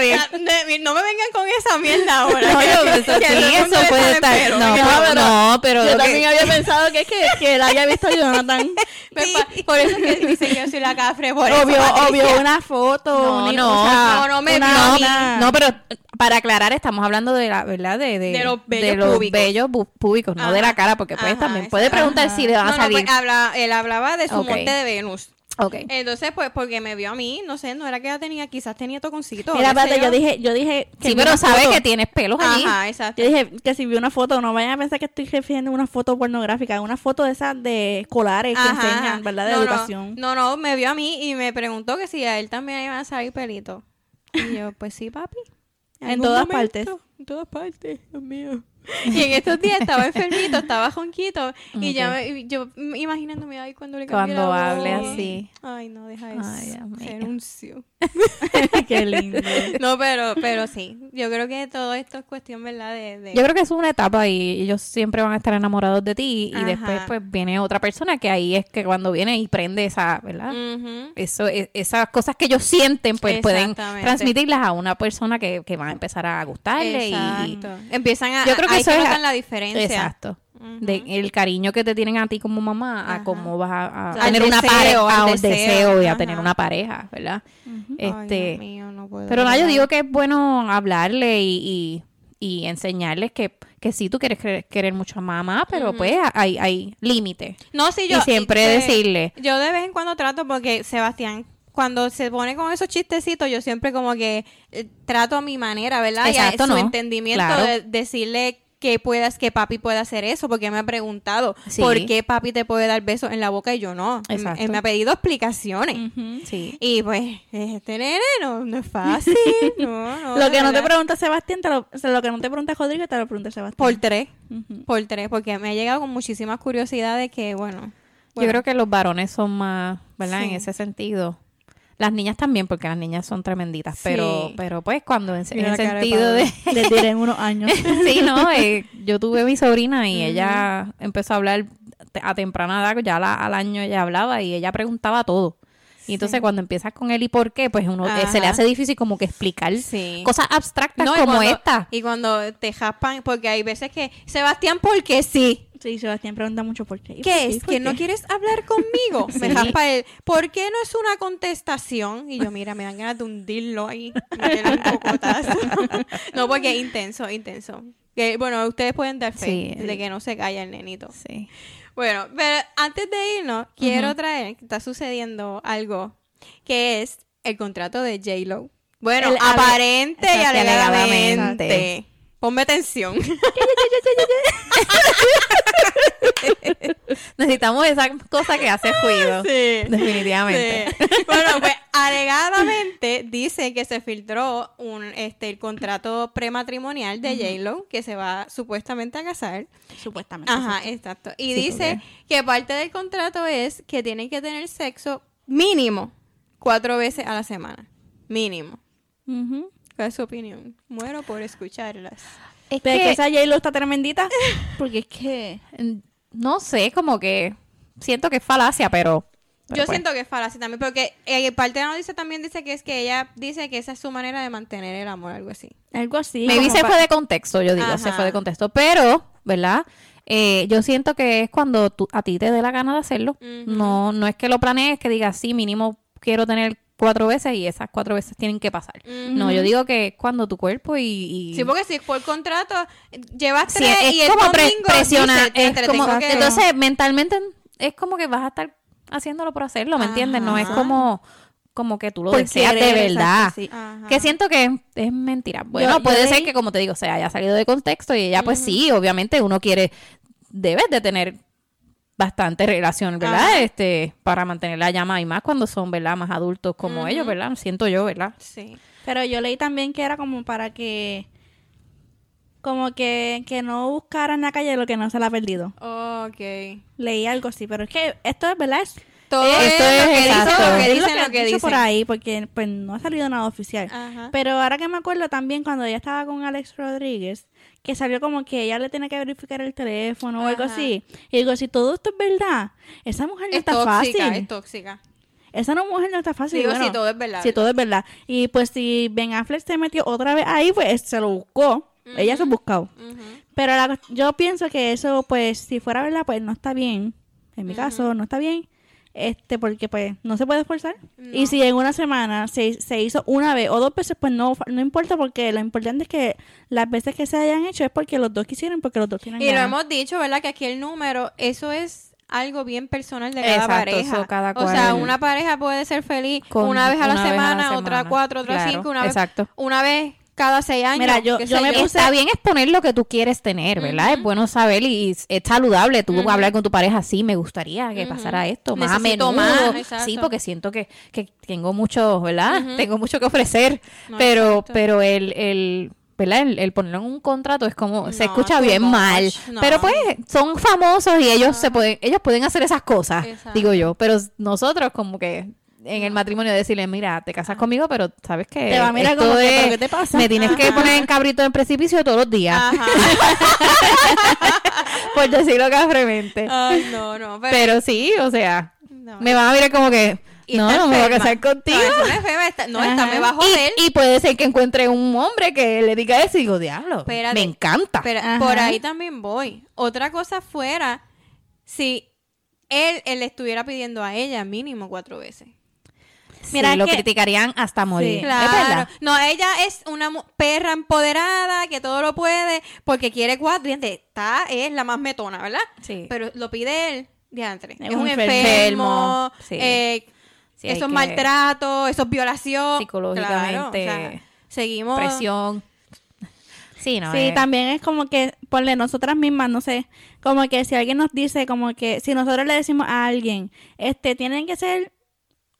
S3: bien.
S1: Ah, No, no me vengan con esa mierda ahora.
S3: No,
S1: que-
S3: yo,
S1: que
S3: eso,
S1: todo el
S3: sí,
S1: mundo
S3: eso
S1: le
S3: puede
S1: sale
S3: estar.
S1: pelo.
S3: No,
S1: Que-
S3: pero, no, pero
S2: Yo
S3: lo
S2: también
S3: que-
S2: había pensado que, que, que él había visto a Jonathan.
S1: pues, pa- por eso es que dice que yo soy la cafre. Por eso,
S2: obvio,
S1: Patricia.
S2: obvio, una foto.
S3: No,
S2: un-
S3: no,
S2: o sea,
S1: no, no me
S2: una-
S1: vio a mí.
S2: una-
S3: No, pero eh, para aclarar, estamos hablando de la, ¿verdad? De, de,
S1: De los vellos
S3: de los
S1: púbicos.
S3: vellos bu- púbicos, no de
S1: Ajá.
S3: la cara, porque pues
S1: Ajá,
S3: también puede
S1: exacto.
S3: preguntar si le van a
S1: No, no,
S3: salir.
S1: pues, habla, él hablaba de su
S3: Ok.
S1: monte de Venus.
S3: ok.
S1: Entonces, pues, porque me vio a mí, no sé, no era que la tenía, quizás tenía toconcito.
S2: Mira,
S1: qué sé
S2: espérate, yo dije, yo dije. que
S3: sí,
S2: vi
S3: pero
S2: una
S3: sabe
S2: foto.
S3: que tienes pelos allí.
S1: Ajá, exacto.
S2: Yo dije que si vi una foto, no vayan a pensar que estoy refiriendo a una foto pornográfica, una foto de esas de colares que
S1: Ajá, ajá.
S2: enseñan, ¿verdad? De
S1: No, no,
S2: educación.
S1: No, no, me vio a mí y me preguntó que si a él también le iban a salir pelitos. Y yo, pues sí, papi.
S2: En
S1: algún
S2: todas partes.
S1: En todas partes, Dios mío. Y en estos días estaba enfermito, estaba jonquito. Y ya me- y yo mm, imaginándome, ay, cuando le cambie
S3: Cuando
S1: la
S3: hable
S1: voz.
S3: así.
S1: Ay, no, deja eso.
S3: Ay, Dios mío.
S1: Renuncio.
S2: Qué lindo.
S1: No, pero, pero sí. Yo creo que todo esto es cuestión, ¿verdad? De, de-
S3: Yo creo que es una etapa y ellos siempre van a estar enamorados de ti y
S1: Ajá.
S3: después pues viene otra persona que ahí es que cuando viene y prende esa,
S1: Ah.
S3: ¿verdad?
S1: Mm. Ujú.
S3: Eso, e- esas cosas que ellos sienten pues pueden
S1: Exactamente.
S3: transmitirlas a una persona que, que va a empezar a gustarle y- y,
S1: Exacto. Empiezan a.
S3: Yo creo que
S1: Ah, ahí
S3: eso
S1: que
S3: es-
S1: notan la diferencia.
S3: Exacto.
S1: Ujú.
S3: De el cariño que te tienen a ti como mamá, a
S1: Ajá.
S3: cómo vas a, a
S1: Al
S3: tener una
S1: deseo,
S3: pareja,
S1: al
S3: al
S1: deseo,
S3: deseo, y a
S1: ajá.
S3: tener una pareja, ¿verdad?
S1: Ay, Dios
S3: Este,
S1: mío, no puedo
S3: pero nada, yo
S1: hablar.
S3: digo que es bueno hablarle y, y, y enseñarles que, que sí tú quieres querer, querer mucho a mamá, pero pues hay, hay límites.
S1: No, sí, yo.
S3: y siempre
S1: eh,
S3: decirle.
S1: Yo de vez en cuando trato porque Sebastián. Cuando se pone con esos chistecitos, yo siempre como que eh, trato a mi manera, ¿verdad? y a
S3: Exacto,
S1: su
S3: no.
S1: entendimiento
S3: Claro.
S1: de decirle que puedas, que papi pueda hacer eso, porque él me ha preguntado
S3: Sí.
S1: por qué papi te puede dar besos en la boca y yo no. Él-
S3: Exacto.
S1: Él me ha pedido explicaciones.
S3: Sí.
S1: Y pues, este nene no, no es fácil. No, no,
S2: Lo
S1: de
S2: que no te
S1: verdad.
S2: pregunta Sebastián, te lo, o sea, lo que no te pregunta Rodrigo, te lo pregunta Sebastián.
S1: Por tres.
S2: Ujú.
S1: Por tres, porque me ha llegado con muchísimas curiosidades que, bueno.
S3: Yo creo que los varones son más, ¿verdad?
S1: Sí.
S3: En ese sentido. Las niñas también, porque las niñas son tremenditas, pero
S1: Sí.
S3: pero pues cuando en,
S1: Mira
S3: en
S1: la cara de
S3: sentido de...
S2: Le tiré en unos años.
S3: sí, no, eh, yo tuve mi sobrina y ella empezó a hablar te- a temprana edad, ya la- al año ella hablaba y ella preguntaba todo. Y entonces cuando empiezas con el y por qué, pues uno eh, se le
S1: Ajá.
S3: hace difícil como que explicar
S1: Sí.
S3: cosas abstractas
S1: y
S3: como
S1: cuando-
S3: esta.
S1: Y cuando te jaspan, porque hay veces que, Sebastián, porque sí.
S2: Sí, Sebastián pregunta mucho por qué. ¿Y por
S1: ¿Qué
S2: ¿Y
S1: es?
S2: por
S1: ¿Que no
S2: qué?
S1: quieres hablar conmigo? Me
S3: Sí.
S1: jaspa él. ¿Por qué no es una contestación? Y yo, mira, me dan ganas de hundirlo ahí. meterle un cocotazo. no, porque es intenso, intenso. Que, bueno, ustedes pueden dar fe
S3: Sí.
S1: de que no se calla el nenito.
S3: Sí.
S1: Bueno, pero antes de irnos, quiero traer que está sucediendo algo que es el contrato de J-Lo. Bueno,
S2: El ale-
S1: aparente y
S3: Exacto, y alegadamente.
S1: alegadamente. Ponme atención.
S3: Necesitamos esa cosa que hace ruido.
S1: Sí.
S3: Definitivamente.
S1: Sí. Bueno, pues alegadamente dice que se filtró un este el contrato prematrimonial de J-Lo que se va supuestamente a casar.
S2: Supuestamente.
S1: Ajá, exacto. Y
S3: Sí,
S1: dice que parte del contrato es que tienen que tener sexo mínimo cuatro veces a la semana. Mínimo.
S2: Ujú.
S1: ¿Cuál es su opinión? Muero por escucharlas.
S3: Es
S2: Pero es
S3: que-
S2: que esa J-Lo está tremendita. Porque es que...
S3: no sé, como que siento que es falacia, pero... pero
S1: Yo
S3: pues.
S1: siento que es falacia también, porque eh, parte de la noticia también dice que es que ella dice que esa es su manera de mantener el amor, algo así.
S2: Algo así.
S3: Maybe
S2: como
S3: se
S2: pa-
S3: fue de contexto, yo digo, se
S1: Ajá.
S3: fue de contexto. Pero, ¿verdad? Eh, yo siento que es cuando tú- a ti te dé la gana de hacerlo.
S1: Ujú.
S3: No no es que lo planees, que digas, sí, mínimo quiero tener cuatro veces y esas cuatro veces tienen que pasar. No, yo digo que es cuando tu cuerpo y... y-
S1: Sí, porque si es por contrato eh, llevas
S3: Sí,
S1: tres
S3: es
S1: y el
S3: como pre-
S1: domingo
S3: presiona,
S1: dice,
S3: es
S1: "Te
S3: como-
S1: tengo que-".
S3: entonces mentalmente es como que vas a estar haciéndolo por hacerlo, ¿me entiendes? No es
S1: Ajá.
S3: como como que tú lo
S2: por
S3: deseas de
S2: querer,
S3: verdad.
S2: Oh, exacto, sí.
S1: Ajá.
S3: Que siento que es, es mentira. Bueno,
S2: yo
S3: puede ser
S2: leí-
S3: que, como te digo, se haya salido de contexto y ella, pues sí, obviamente uno quiere, debes de tener bastante relación, ¿verdad?
S1: Ajá.
S3: Este, para mantener la llama y más cuando son, ¿verdad? Más adultos como
S1: Ujú.
S3: ellos, ¿verdad? Siento yo, ¿verdad?
S1: Sí.
S2: Pero yo leí también que era como para que... Como que, que no buscaran en la calle lo que no se le ha perdido.
S1: Ok.
S2: Leí algo así, pero es que esto es verdad. Es,
S1: Todo
S3: Esto
S1: es,
S3: es exacto.
S1: lo que
S2: es lo
S1: dicen,
S2: que
S1: lo
S2: han
S1: que
S2: dicho
S1: dicen.
S2: por ahí, porque pues no ha salido nada oficial.
S1: Ajá.
S2: Pero ahora que me acuerdo también cuando ella estaba con Alex Rodríguez, que salió como que ella le tiene que verificar el teléfono o algo
S1: Ajá.
S2: así. Y digo, si todo esto es verdad, esa mujer
S1: es
S2: no está
S1: tóxica,
S2: fácil.
S1: es tóxica.
S2: Esa no mujer no está fácil.
S1: Digo,
S2: bueno,
S1: si todo es verdad.
S2: si todo es verdad. Y pues si Ben Affleck se metió otra vez ahí, pues se lo buscó. Ella se lo buscó.
S1: Ujú.
S2: Pero la- yo pienso que eso, pues, si fuera verdad, pues no está bien. En mi caso, no está bien. Este, porque pues no se puede esforzar. Y
S1: No.
S2: si en una semana se, se hizo una vez o dos veces, pues no, no importa, porque lo importante es que las veces que se hayan hecho es porque los dos quisieron, porque los dos tienen
S1: Y lo
S2: ganas.
S1: hemos dicho, ¿verdad? Que aquí el número, eso es algo bien personal de cada
S3: Exacto,
S1: pareja.
S3: eso cada
S1: O sea,
S3: cual-
S1: una pareja puede ser feliz
S3: Con-
S1: una vez a la semana, otra
S3: semana.
S1: cuatro, otra
S3: Claro,
S1: cinco, una vez,
S3: Exacto.
S1: una vez cada seis años.
S2: Mira, yo-
S1: qué
S2: yo
S1: sé
S2: me puse-
S3: Está bien exponer lo que tú quieres tener, ¿verdad? Es bueno saber y es es saludable tú hablar con tu pareja, sí, me gustaría que
S1: Ujú.
S3: pasara esto más
S1: Necesito
S3: a menudo.
S1: más, exacto.
S3: sí, porque siento que, que tengo mucho, ¿verdad?
S1: Ujú.
S3: Tengo mucho que ofrecer,
S1: No,
S3: pero
S1: exacto.
S3: pero el, el ¿verdad? El, el ponerlo en un contrato es como se
S1: No,
S3: escucha
S1: too
S3: bien
S1: much,
S3: mal,
S1: no.
S3: pero pues son famosos y ellos se pueden ellos pueden hacer esas cosas,
S1: Exacto.
S3: digo yo, pero nosotros como que en el matrimonio decirle, mira, te casas conmigo, pero sabes que
S2: Te va a mirar
S3: esto
S2: como que,
S3: es-
S2: "¿Pero qué te pasa?"
S3: Me tienes que poner en cabrito en precipicio todos los días
S1: Ajá. Ah.
S3: por decirlo cafremente.
S1: Ay, no, no, pero...
S3: Pero sí, o sea,
S1: Ah, no.
S3: me van a mirar como que,
S1: Y
S3: no,
S1: está
S3: no me voy a
S1: enferma.
S3: casar contigo.
S1: No, es una enferma, está- no, esta
S2: Ajá.
S1: me va a joder.
S3: Y, y puede ser que encuentre un hombre que le diga eso y digo, diablo,
S1: Espérate.
S3: me encanta.
S1: Pero
S2: Ajá.
S1: por ahí también voy. Otra cosa fuera si él, él le estuviera pidiendo a ella mínimo cuatro veces.
S2: Mira,
S3: Mira,
S2: es
S3: lo
S2: que-
S3: criticarían hasta morir. Es
S1: Claro.
S3: verdad.
S1: No, ella es una mu- perra empoderada que todo lo puede porque quiere cuatro. Diente, está, es la más metona, ¿verdad?
S3: Sí.
S1: Pero lo pide él, diantre.
S2: Es
S1: Es, un
S2: un
S1: enfermo.
S3: enfermo, sí.
S1: eh,
S3: Sí, hay
S1: esos
S3: que-
S1: maltratos, esos violaciones.
S3: Psicológicamente,
S1: seguimos.
S3: Presión. Sí, no.
S2: Sí,
S3: es-
S2: también es como que, ponle nosotras mismas, no sé, como que si alguien nos dice, como que si nosotros le decimos a alguien, este, tienen que ser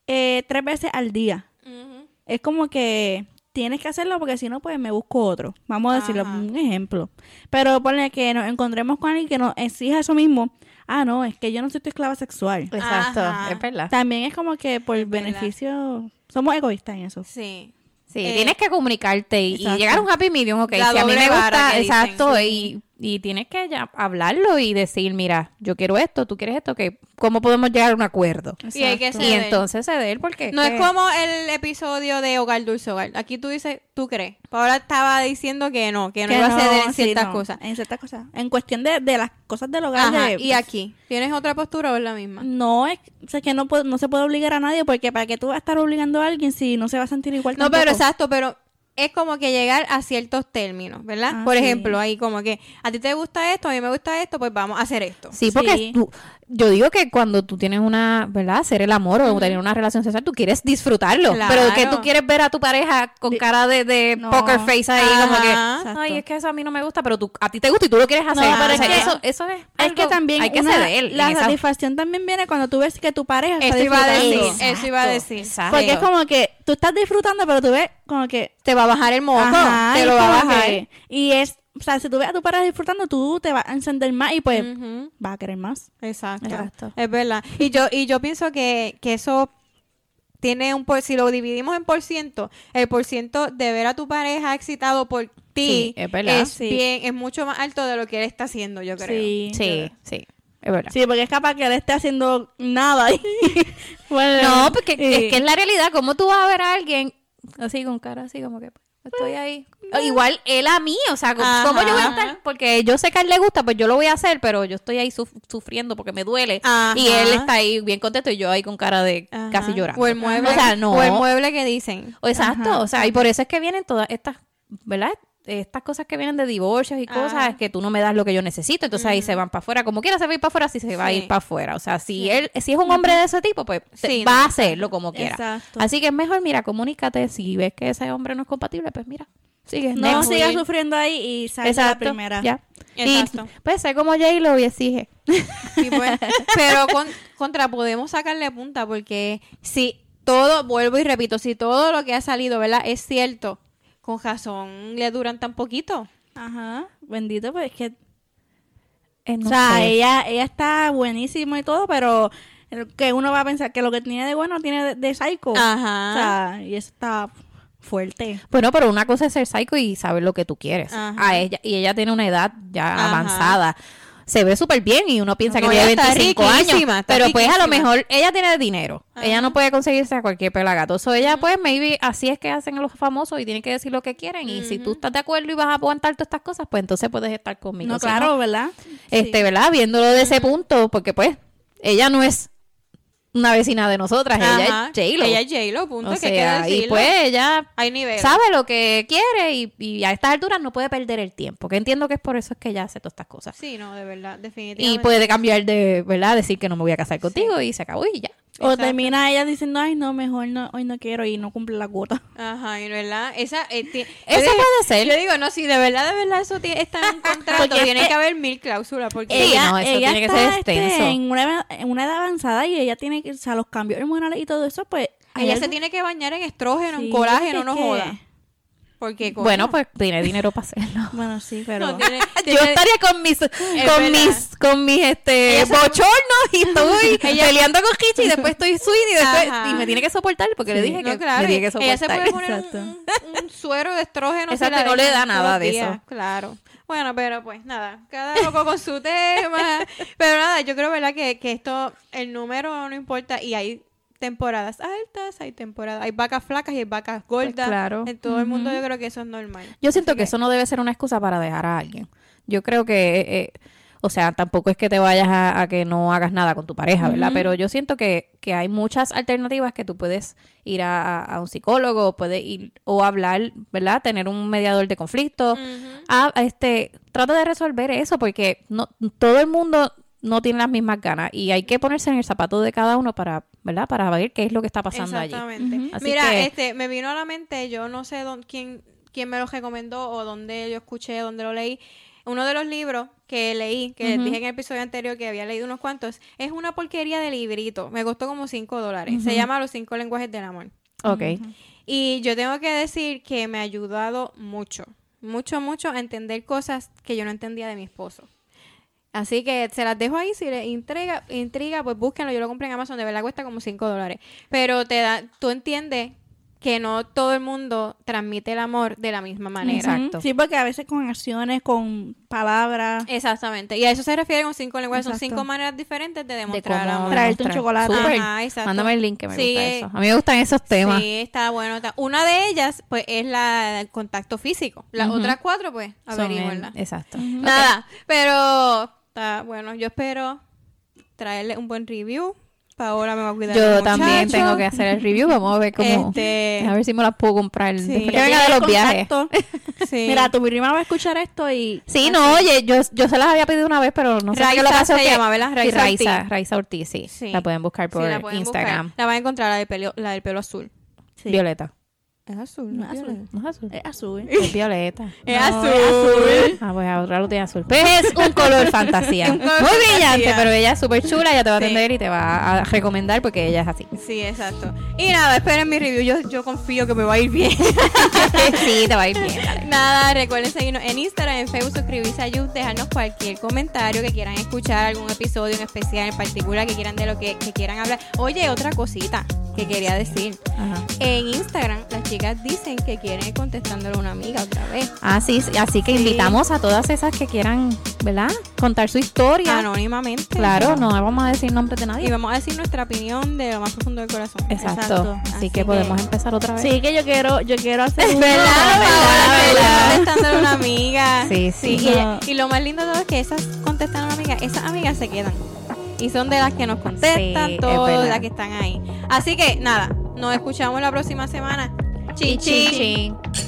S2: eh, tres veces al día.
S1: Ujú.
S2: Es como que tienes que hacerlo porque si no, pues me busco otro. Vamos a decirlo,
S1: Ajá.
S2: un ejemplo. Pero ponle que nos encontremos con alguien que nos exija eso mismo, ah, no, es que yo no soy tu esclava sexual.
S3: Exacto,
S1: Ajá.
S3: es verdad.
S2: También es como que por
S1: Es verdad.
S2: beneficio, somos egoístas en eso.
S1: Sí.
S3: Sí,
S1: Eh,
S3: tienes que comunicarte y, y
S2: exacto.
S3: llegar a un happy medium, ok. Si
S1: La
S3: a mí
S1: doble
S3: me
S1: vara
S3: gusta,
S1: que dicen,
S3: exacto,
S1: sí.
S3: y, y tienes que ya hablarlo y decir, mira, yo quiero esto, tú quieres esto, ok. ¿Cómo podemos llegar a un acuerdo?
S1: Y hay que
S2: Exacto.
S1: ser-
S3: Y
S1: Ceder.
S3: entonces ceder porque...
S1: No
S3: que-
S1: es como el episodio de Hogar Dulce Hogar. Aquí tú dices, tú crees. Paola estaba diciendo que no, que no
S2: Que
S1: iba a ceder en
S2: sí,
S1: ciertas
S2: no,
S1: cosas.
S2: En ciertas cosas. En cuestión de, de las cosas del hogar.
S1: Ajá,
S2: de-
S1: y aquí. ¿Tienes otra postura o es la misma?
S2: No, es, o sea, que no, po- no se puede obligar a nadie porque para qué tú vas a estar obligando a alguien si no se va a sentir igual.
S1: No, pero
S2: tampoco?
S1: exacto, pero es como que llegar a ciertos términos, ¿verdad?
S2: Ah,
S1: Por
S2: sí.
S1: ejemplo, ahí como que a ti te gusta esto, a mí me gusta esto, pues vamos a hacer esto.
S3: Sí, porque
S2: Sí.
S3: tú- yo digo que cuando tú tienes una, ¿verdad? Hacer el amor o tener una relación sexual, tú quieres disfrutarlo. Pero que
S1: Claro.
S3: tú quieres ver a tu pareja con
S2: Di-
S3: cara de, de
S2: No.
S3: poker face ahí,
S1: Ajá.
S3: como que,
S1: Exacto.
S3: ay, es que eso a mí no me gusta, pero tú, a ti te gusta y tú lo quieres hacer.
S2: pero
S3: O sea,
S1: es que-
S3: eso, eso es
S2: Es
S3: algo-
S2: que también
S3: hay que
S2: una-
S3: ceder. en
S2: la
S3: esa-
S2: satisfacción también viene cuando tú ves que tu pareja está
S1: Eso iba a decir,
S2: disfrutando.
S1: eso iba a decir.
S3: Exacto.
S2: Porque es como que tú estás disfrutando, pero tú ves como que
S1: Te va a bajar el moco,
S2: Ajá,
S1: te
S2: es
S1: lo va a
S2: como
S1: bajar.
S2: que- y es, o sea, si tú ves a tu pareja disfrutando, tú te vas a encender más y pues
S1: Ujú.
S2: vas a querer más.
S1: Exacto.
S2: Exacto.
S1: Es verdad. Y yo, y yo pienso que, que eso tiene un por, si lo dividimos en por ciento, el por ciento de ver a tu pareja excitado por ti
S3: Sí, es verdad.
S1: es
S2: Sí.
S1: bien, es mucho más alto de lo que él está haciendo, yo creo.
S3: Sí, sí, es verdad.
S2: Sí, porque es capaz que él esté haciendo nada. y- bueno,
S3: No, porque
S2: sí.
S3: es
S1: Eh.
S3: que es la realidad. ¿Cómo tú vas a ver a alguien así, con cara así, como que pues, estoy ahí? O Igual él a mí, o sea, ¿cómo,
S1: Ah. Ajá.
S3: cómo yo voy a estar? Porque yo sé que a él le gusta, pues yo lo voy a hacer, pero yo estoy ahí suf- sufriendo porque me duele.
S1: Ajá.
S3: Y él está ahí bien contento y yo ahí con cara de
S1: Ajá.
S3: casi llorando.
S1: O el mueble,
S3: O sea, no.
S1: o el mueble que dicen.
S3: O Exacto, o sea, y por eso es que vienen todas estas, ¿verdad? Estas cosas que vienen de divorcios y cosas
S2: Ah.
S1: Ajá.
S3: que tú no me das lo que yo necesito, entonces ahí se van para afuera. Como quiera se va a ir para afuera, sí se va a
S1: Sí.
S3: ir para afuera. O sea, si él, si es un hombre de ese tipo, pues se-
S1: Sí,
S3: va
S1: no.
S3: a hacerlo como quiera.
S2: Exacto.
S3: Así que es mejor, mira, comunícate. Si ves que ese hombre no es compatible, pues mira, sigue.
S2: No
S3: next.
S2: sigas sufriendo ahí y sal de la
S3: Exacto,
S2: primera.
S3: Ya.
S1: Exacto.
S3: Y, pues sé como J-Lo y exige.
S1: Sí, pues. pero con- contra podemos sacarle punta porque si todo, vuelvo y repito, si todo lo que ha salido, ¿verdad? Es cierto, con razón le duran tan poquito.
S2: Ajá. Bendito, pues es que.
S3: Eh, no
S2: o sea,
S3: sé.
S2: ella, ella está buenísima y todo, pero que uno va a pensar que lo que tiene de bueno tiene de, de psycho.
S1: Ajá.
S2: O sea, y eso está fuerte.
S3: Bueno, pero una cosa es ser psycho y saber lo que tú quieres.
S1: Ajá.
S3: A ella, y ella tiene una edad ya
S1: Ajá.
S3: avanzada. Se ve súper bien y uno piensa
S1: No,
S3: que
S1: ella
S3: tiene
S1: está
S3: 25 años.
S1: riquísima, está
S3: Pero pues a lo
S1: riquísima.
S3: mejor ella tiene dinero. Ella no puede conseguirse a cualquier pelagato. So, ella pues maybe así es que hacen a los famosos y tienen que decir lo que quieren. Y si tú estás de acuerdo y vas a aguantar todas estas cosas, pues entonces puedes estar conmigo.
S2: No,
S3: Si
S2: claro, ¿verdad?
S3: este, ¿verdad? Viéndolo de ese punto, porque pues ella no es una vecina de nosotras,
S1: Ajá.
S3: ella es J-Lo.
S1: Ella es J-Lo, punto.
S3: O
S1: que
S3: sea,
S1: queda
S3: y pues ella
S1: Hay niveles.
S3: sabe lo que quiere y, y a estas alturas no puede perder el tiempo, que entiendo que es por eso es que ella hace todas estas cosas.
S1: Sí, no, de verdad,
S3: Y pues,
S1: definitivamente.
S3: puede cambiar de, ¿verdad? Decir que no me voy a casar contigo y se acabó y ya.
S2: O
S1: Exacto.
S2: termina ella diciendo, ay, no, mejor no, hoy no quiero y no cumple la cuota.
S1: Ajá, y verdad, esa... eh, ti-
S3: Eso
S1: yo digo-
S3: puede ser.
S1: Yo digo, no, si de verdad, de verdad eso tiene, está en un contrato,
S2: Porque es
S1: tiene
S2: que-
S1: que haber mil cláusulas, porque...
S3: Sí, no, eso tiene que ser extenso.
S2: este, en, una, edad- en una edad avanzada y ella tiene que, o sea, los cambios hormonales y todo eso, pues... hay
S1: Ella se
S2: algo-
S1: tiene que bañar en estrógeno,
S2: Sí,
S1: en colágeno,
S2: es
S1: no
S2: que-
S1: joda. Porque coño,
S3: Bueno, pues tiene dinero para hacerlo.
S2: Bueno, sí, pero...
S1: no tiene-
S3: Yo
S1: tiene-
S3: estaría con mis,
S1: verdad.
S3: con mis, con mis, este,
S1: Ella se-
S3: bochornos y estoy peleando con Hichi y después estoy swing y después,
S1: Ajá.
S3: y me tiene que soportar porque le dije
S1: no,
S3: que
S1: claro,
S3: me tiene que
S1: ella
S3: soportar.
S1: se puede poner
S2: Exacto.
S1: un, un- un suero de estrógeno. se
S3: Exacto, no le
S1: dejan
S3: da nada
S1: todos
S3: de
S1: días,
S3: eso.
S1: Claro. Bueno, pero pues nada, cada loco con su tema. Pero nada, yo creo, ¿verdad? Que, que esto, el número no importa y hay temporadas altas, hay temporadas, hay vacas flacas y hay vacas gordas.
S3: claro.
S1: En todo el mundo yo creo que eso es normal.
S3: Yo siento que eso no debe ser una excusa para dejar a alguien. Yo creo que, eh, eh, o sea, tampoco es que te vayas a, a que no hagas nada con tu pareja, ¿verdad? Pero yo siento que, que hay muchas alternativas que tú puedes ir a, a- a un psicólogo, puedes ir o hablar, ¿verdad? Tener un mediador de conflicto. Ah, este, trata de resolver eso porque no todo el mundo no tiene las mismas ganas y hay que ponerse en el zapato de cada uno para, ¿verdad? Para ver qué es lo que está pasando allí.
S1: Exactamente.
S3: Así
S1: Mira,
S3: que-
S1: este, me vino a la mente, yo no sé dónde, quién, quién me lo recomendó o dónde yo escuché, dónde lo leí. Uno de los libros que leí, que les dije en el episodio anterior que había leído unos cuantos, es una porquería de librito. Me costó como 5 dólares. Se llama Los cinco lenguajes del amor.
S3: Ok.
S1: Y yo tengo que decir que me ha ayudado mucho, mucho, mucho a entender cosas que yo no entendía de mi esposo. Así que se las dejo ahí. Si les intriga, intriga pues búsquenlo. Yo lo compré en Amazon. De verdad cuesta como 5 dólares. Pero te da, tú entiendes que no todo el mundo transmite el amor de la misma manera.
S3: Exacto.
S2: Sí, porque a veces con acciones, con palabras,
S1: Exactamente. Y a eso se refiere con cinco lenguajes. Son
S2: Exacto.
S1: cinco maneras diferentes de
S3: De
S1: demostrar
S3: cómo
S1: amor.
S2: traerte un
S3: demostrar.
S2: chocolate.
S3: Súper.
S1: Ajá, exacto.
S3: Mándame el link que me
S1: Sí,
S3: gusta
S1: eh,
S3: eso. A mí me gustan esos temas.
S1: Sí, está bueno. está- Una de ellas, pues, es la del contacto físico. Las
S3: Ujú.
S1: otras cuatro, pues,
S3: Son el-
S1: averíguenla.
S3: Exacto.
S1: Nada, pero está bueno. Yo espero traerle un buen review. Paola me va a cuidar.
S3: Yo
S1: del
S3: también
S1: muchacho.
S3: tengo que hacer el review. Vamos a ver cómo.
S1: Este-
S3: A ver si me las puedo comprar.
S1: Sí.
S3: Después que
S1: Ya
S3: venga de los viajes.
S2: viajes.
S1: Sí.
S2: Mira, tu prima va a escuchar esto y
S3: Sí, no, oye, yo, yo se las había pedido una vez, pero no sé por qué lo
S1: Raiza
S3: pasó
S1: se
S3: que-
S1: llama, ¿verdad?
S3: sí,
S1: Raiza
S3: Raiza,
S1: Ortiz.
S3: Raiza Ortiz, sí.
S1: Sí.
S3: La pueden buscar
S1: Sí,
S3: por
S1: la pueden buscar.
S3: Instagram.
S1: La van a encontrar, la del pelo, la del pelo azul.
S2: Sí.
S3: Violeta.
S1: Es azul,
S2: no es violeta.
S3: ¿No es azul?
S2: es azul.
S1: Eh.
S3: Es violeta.
S1: Es
S2: No,
S1: azul.
S3: Ah, pues ahora lo tiene azul. Pues es un color fantasía.
S1: Un color
S3: Muy
S1: fantasía.
S3: brillante, pero ella es súper chula, ella te va a
S1: Sí.
S3: atender y te va a recomendar porque ella es así.
S1: Sí, exacto. Y nada, esperen mi review. Yo, yo confío que me va a ir bien.
S3: sí, te va a ir bien.
S1: Nada, recuerden seguirnos en Instagram, en Facebook, suscribirse a YouTube, dejarnos cualquier comentario que quieran escuchar, algún episodio en especial, en particular, que quieran de lo que, que quieran hablar. Oye, otra cosita que quería decir.
S3: Ajá.
S1: En Instagram, las chicas dicen que quieren ir contestándole a una amiga otra vez.
S3: Ah, sí, sí, así que
S1: Sí.
S3: invitamos a todas esas que quieran, ¿verdad? Contar su
S1: Ah,
S3: historia.
S1: Anónimamente.
S3: Claro, no vamos a decir nombres de
S1: Y
S3: nadie.
S1: vamos a decir nuestra opinión de lo más profundo del corazón.
S3: Exacto.
S2: Exacto.
S3: Así,
S1: Así
S3: que,
S1: que-
S3: podemos empezar otra vez.
S2: Sí, que yo quiero, yo quiero hacer uno.
S1: ¿Verdad, Paola?
S3: verdad.
S1: Contestándole a una amiga.
S3: Sí, sí.
S1: y, ella- y lo más lindo de todo es que esas contestan a una amiga, esas amigas se quedan. Y son de las que nos contestan,
S3: Sí, es
S1: todas
S3: verdad.
S1: las que están ahí. Así que nada, nos escuchamos la próxima semana. Chin,
S3: Chin,
S1: chin.
S3: chin.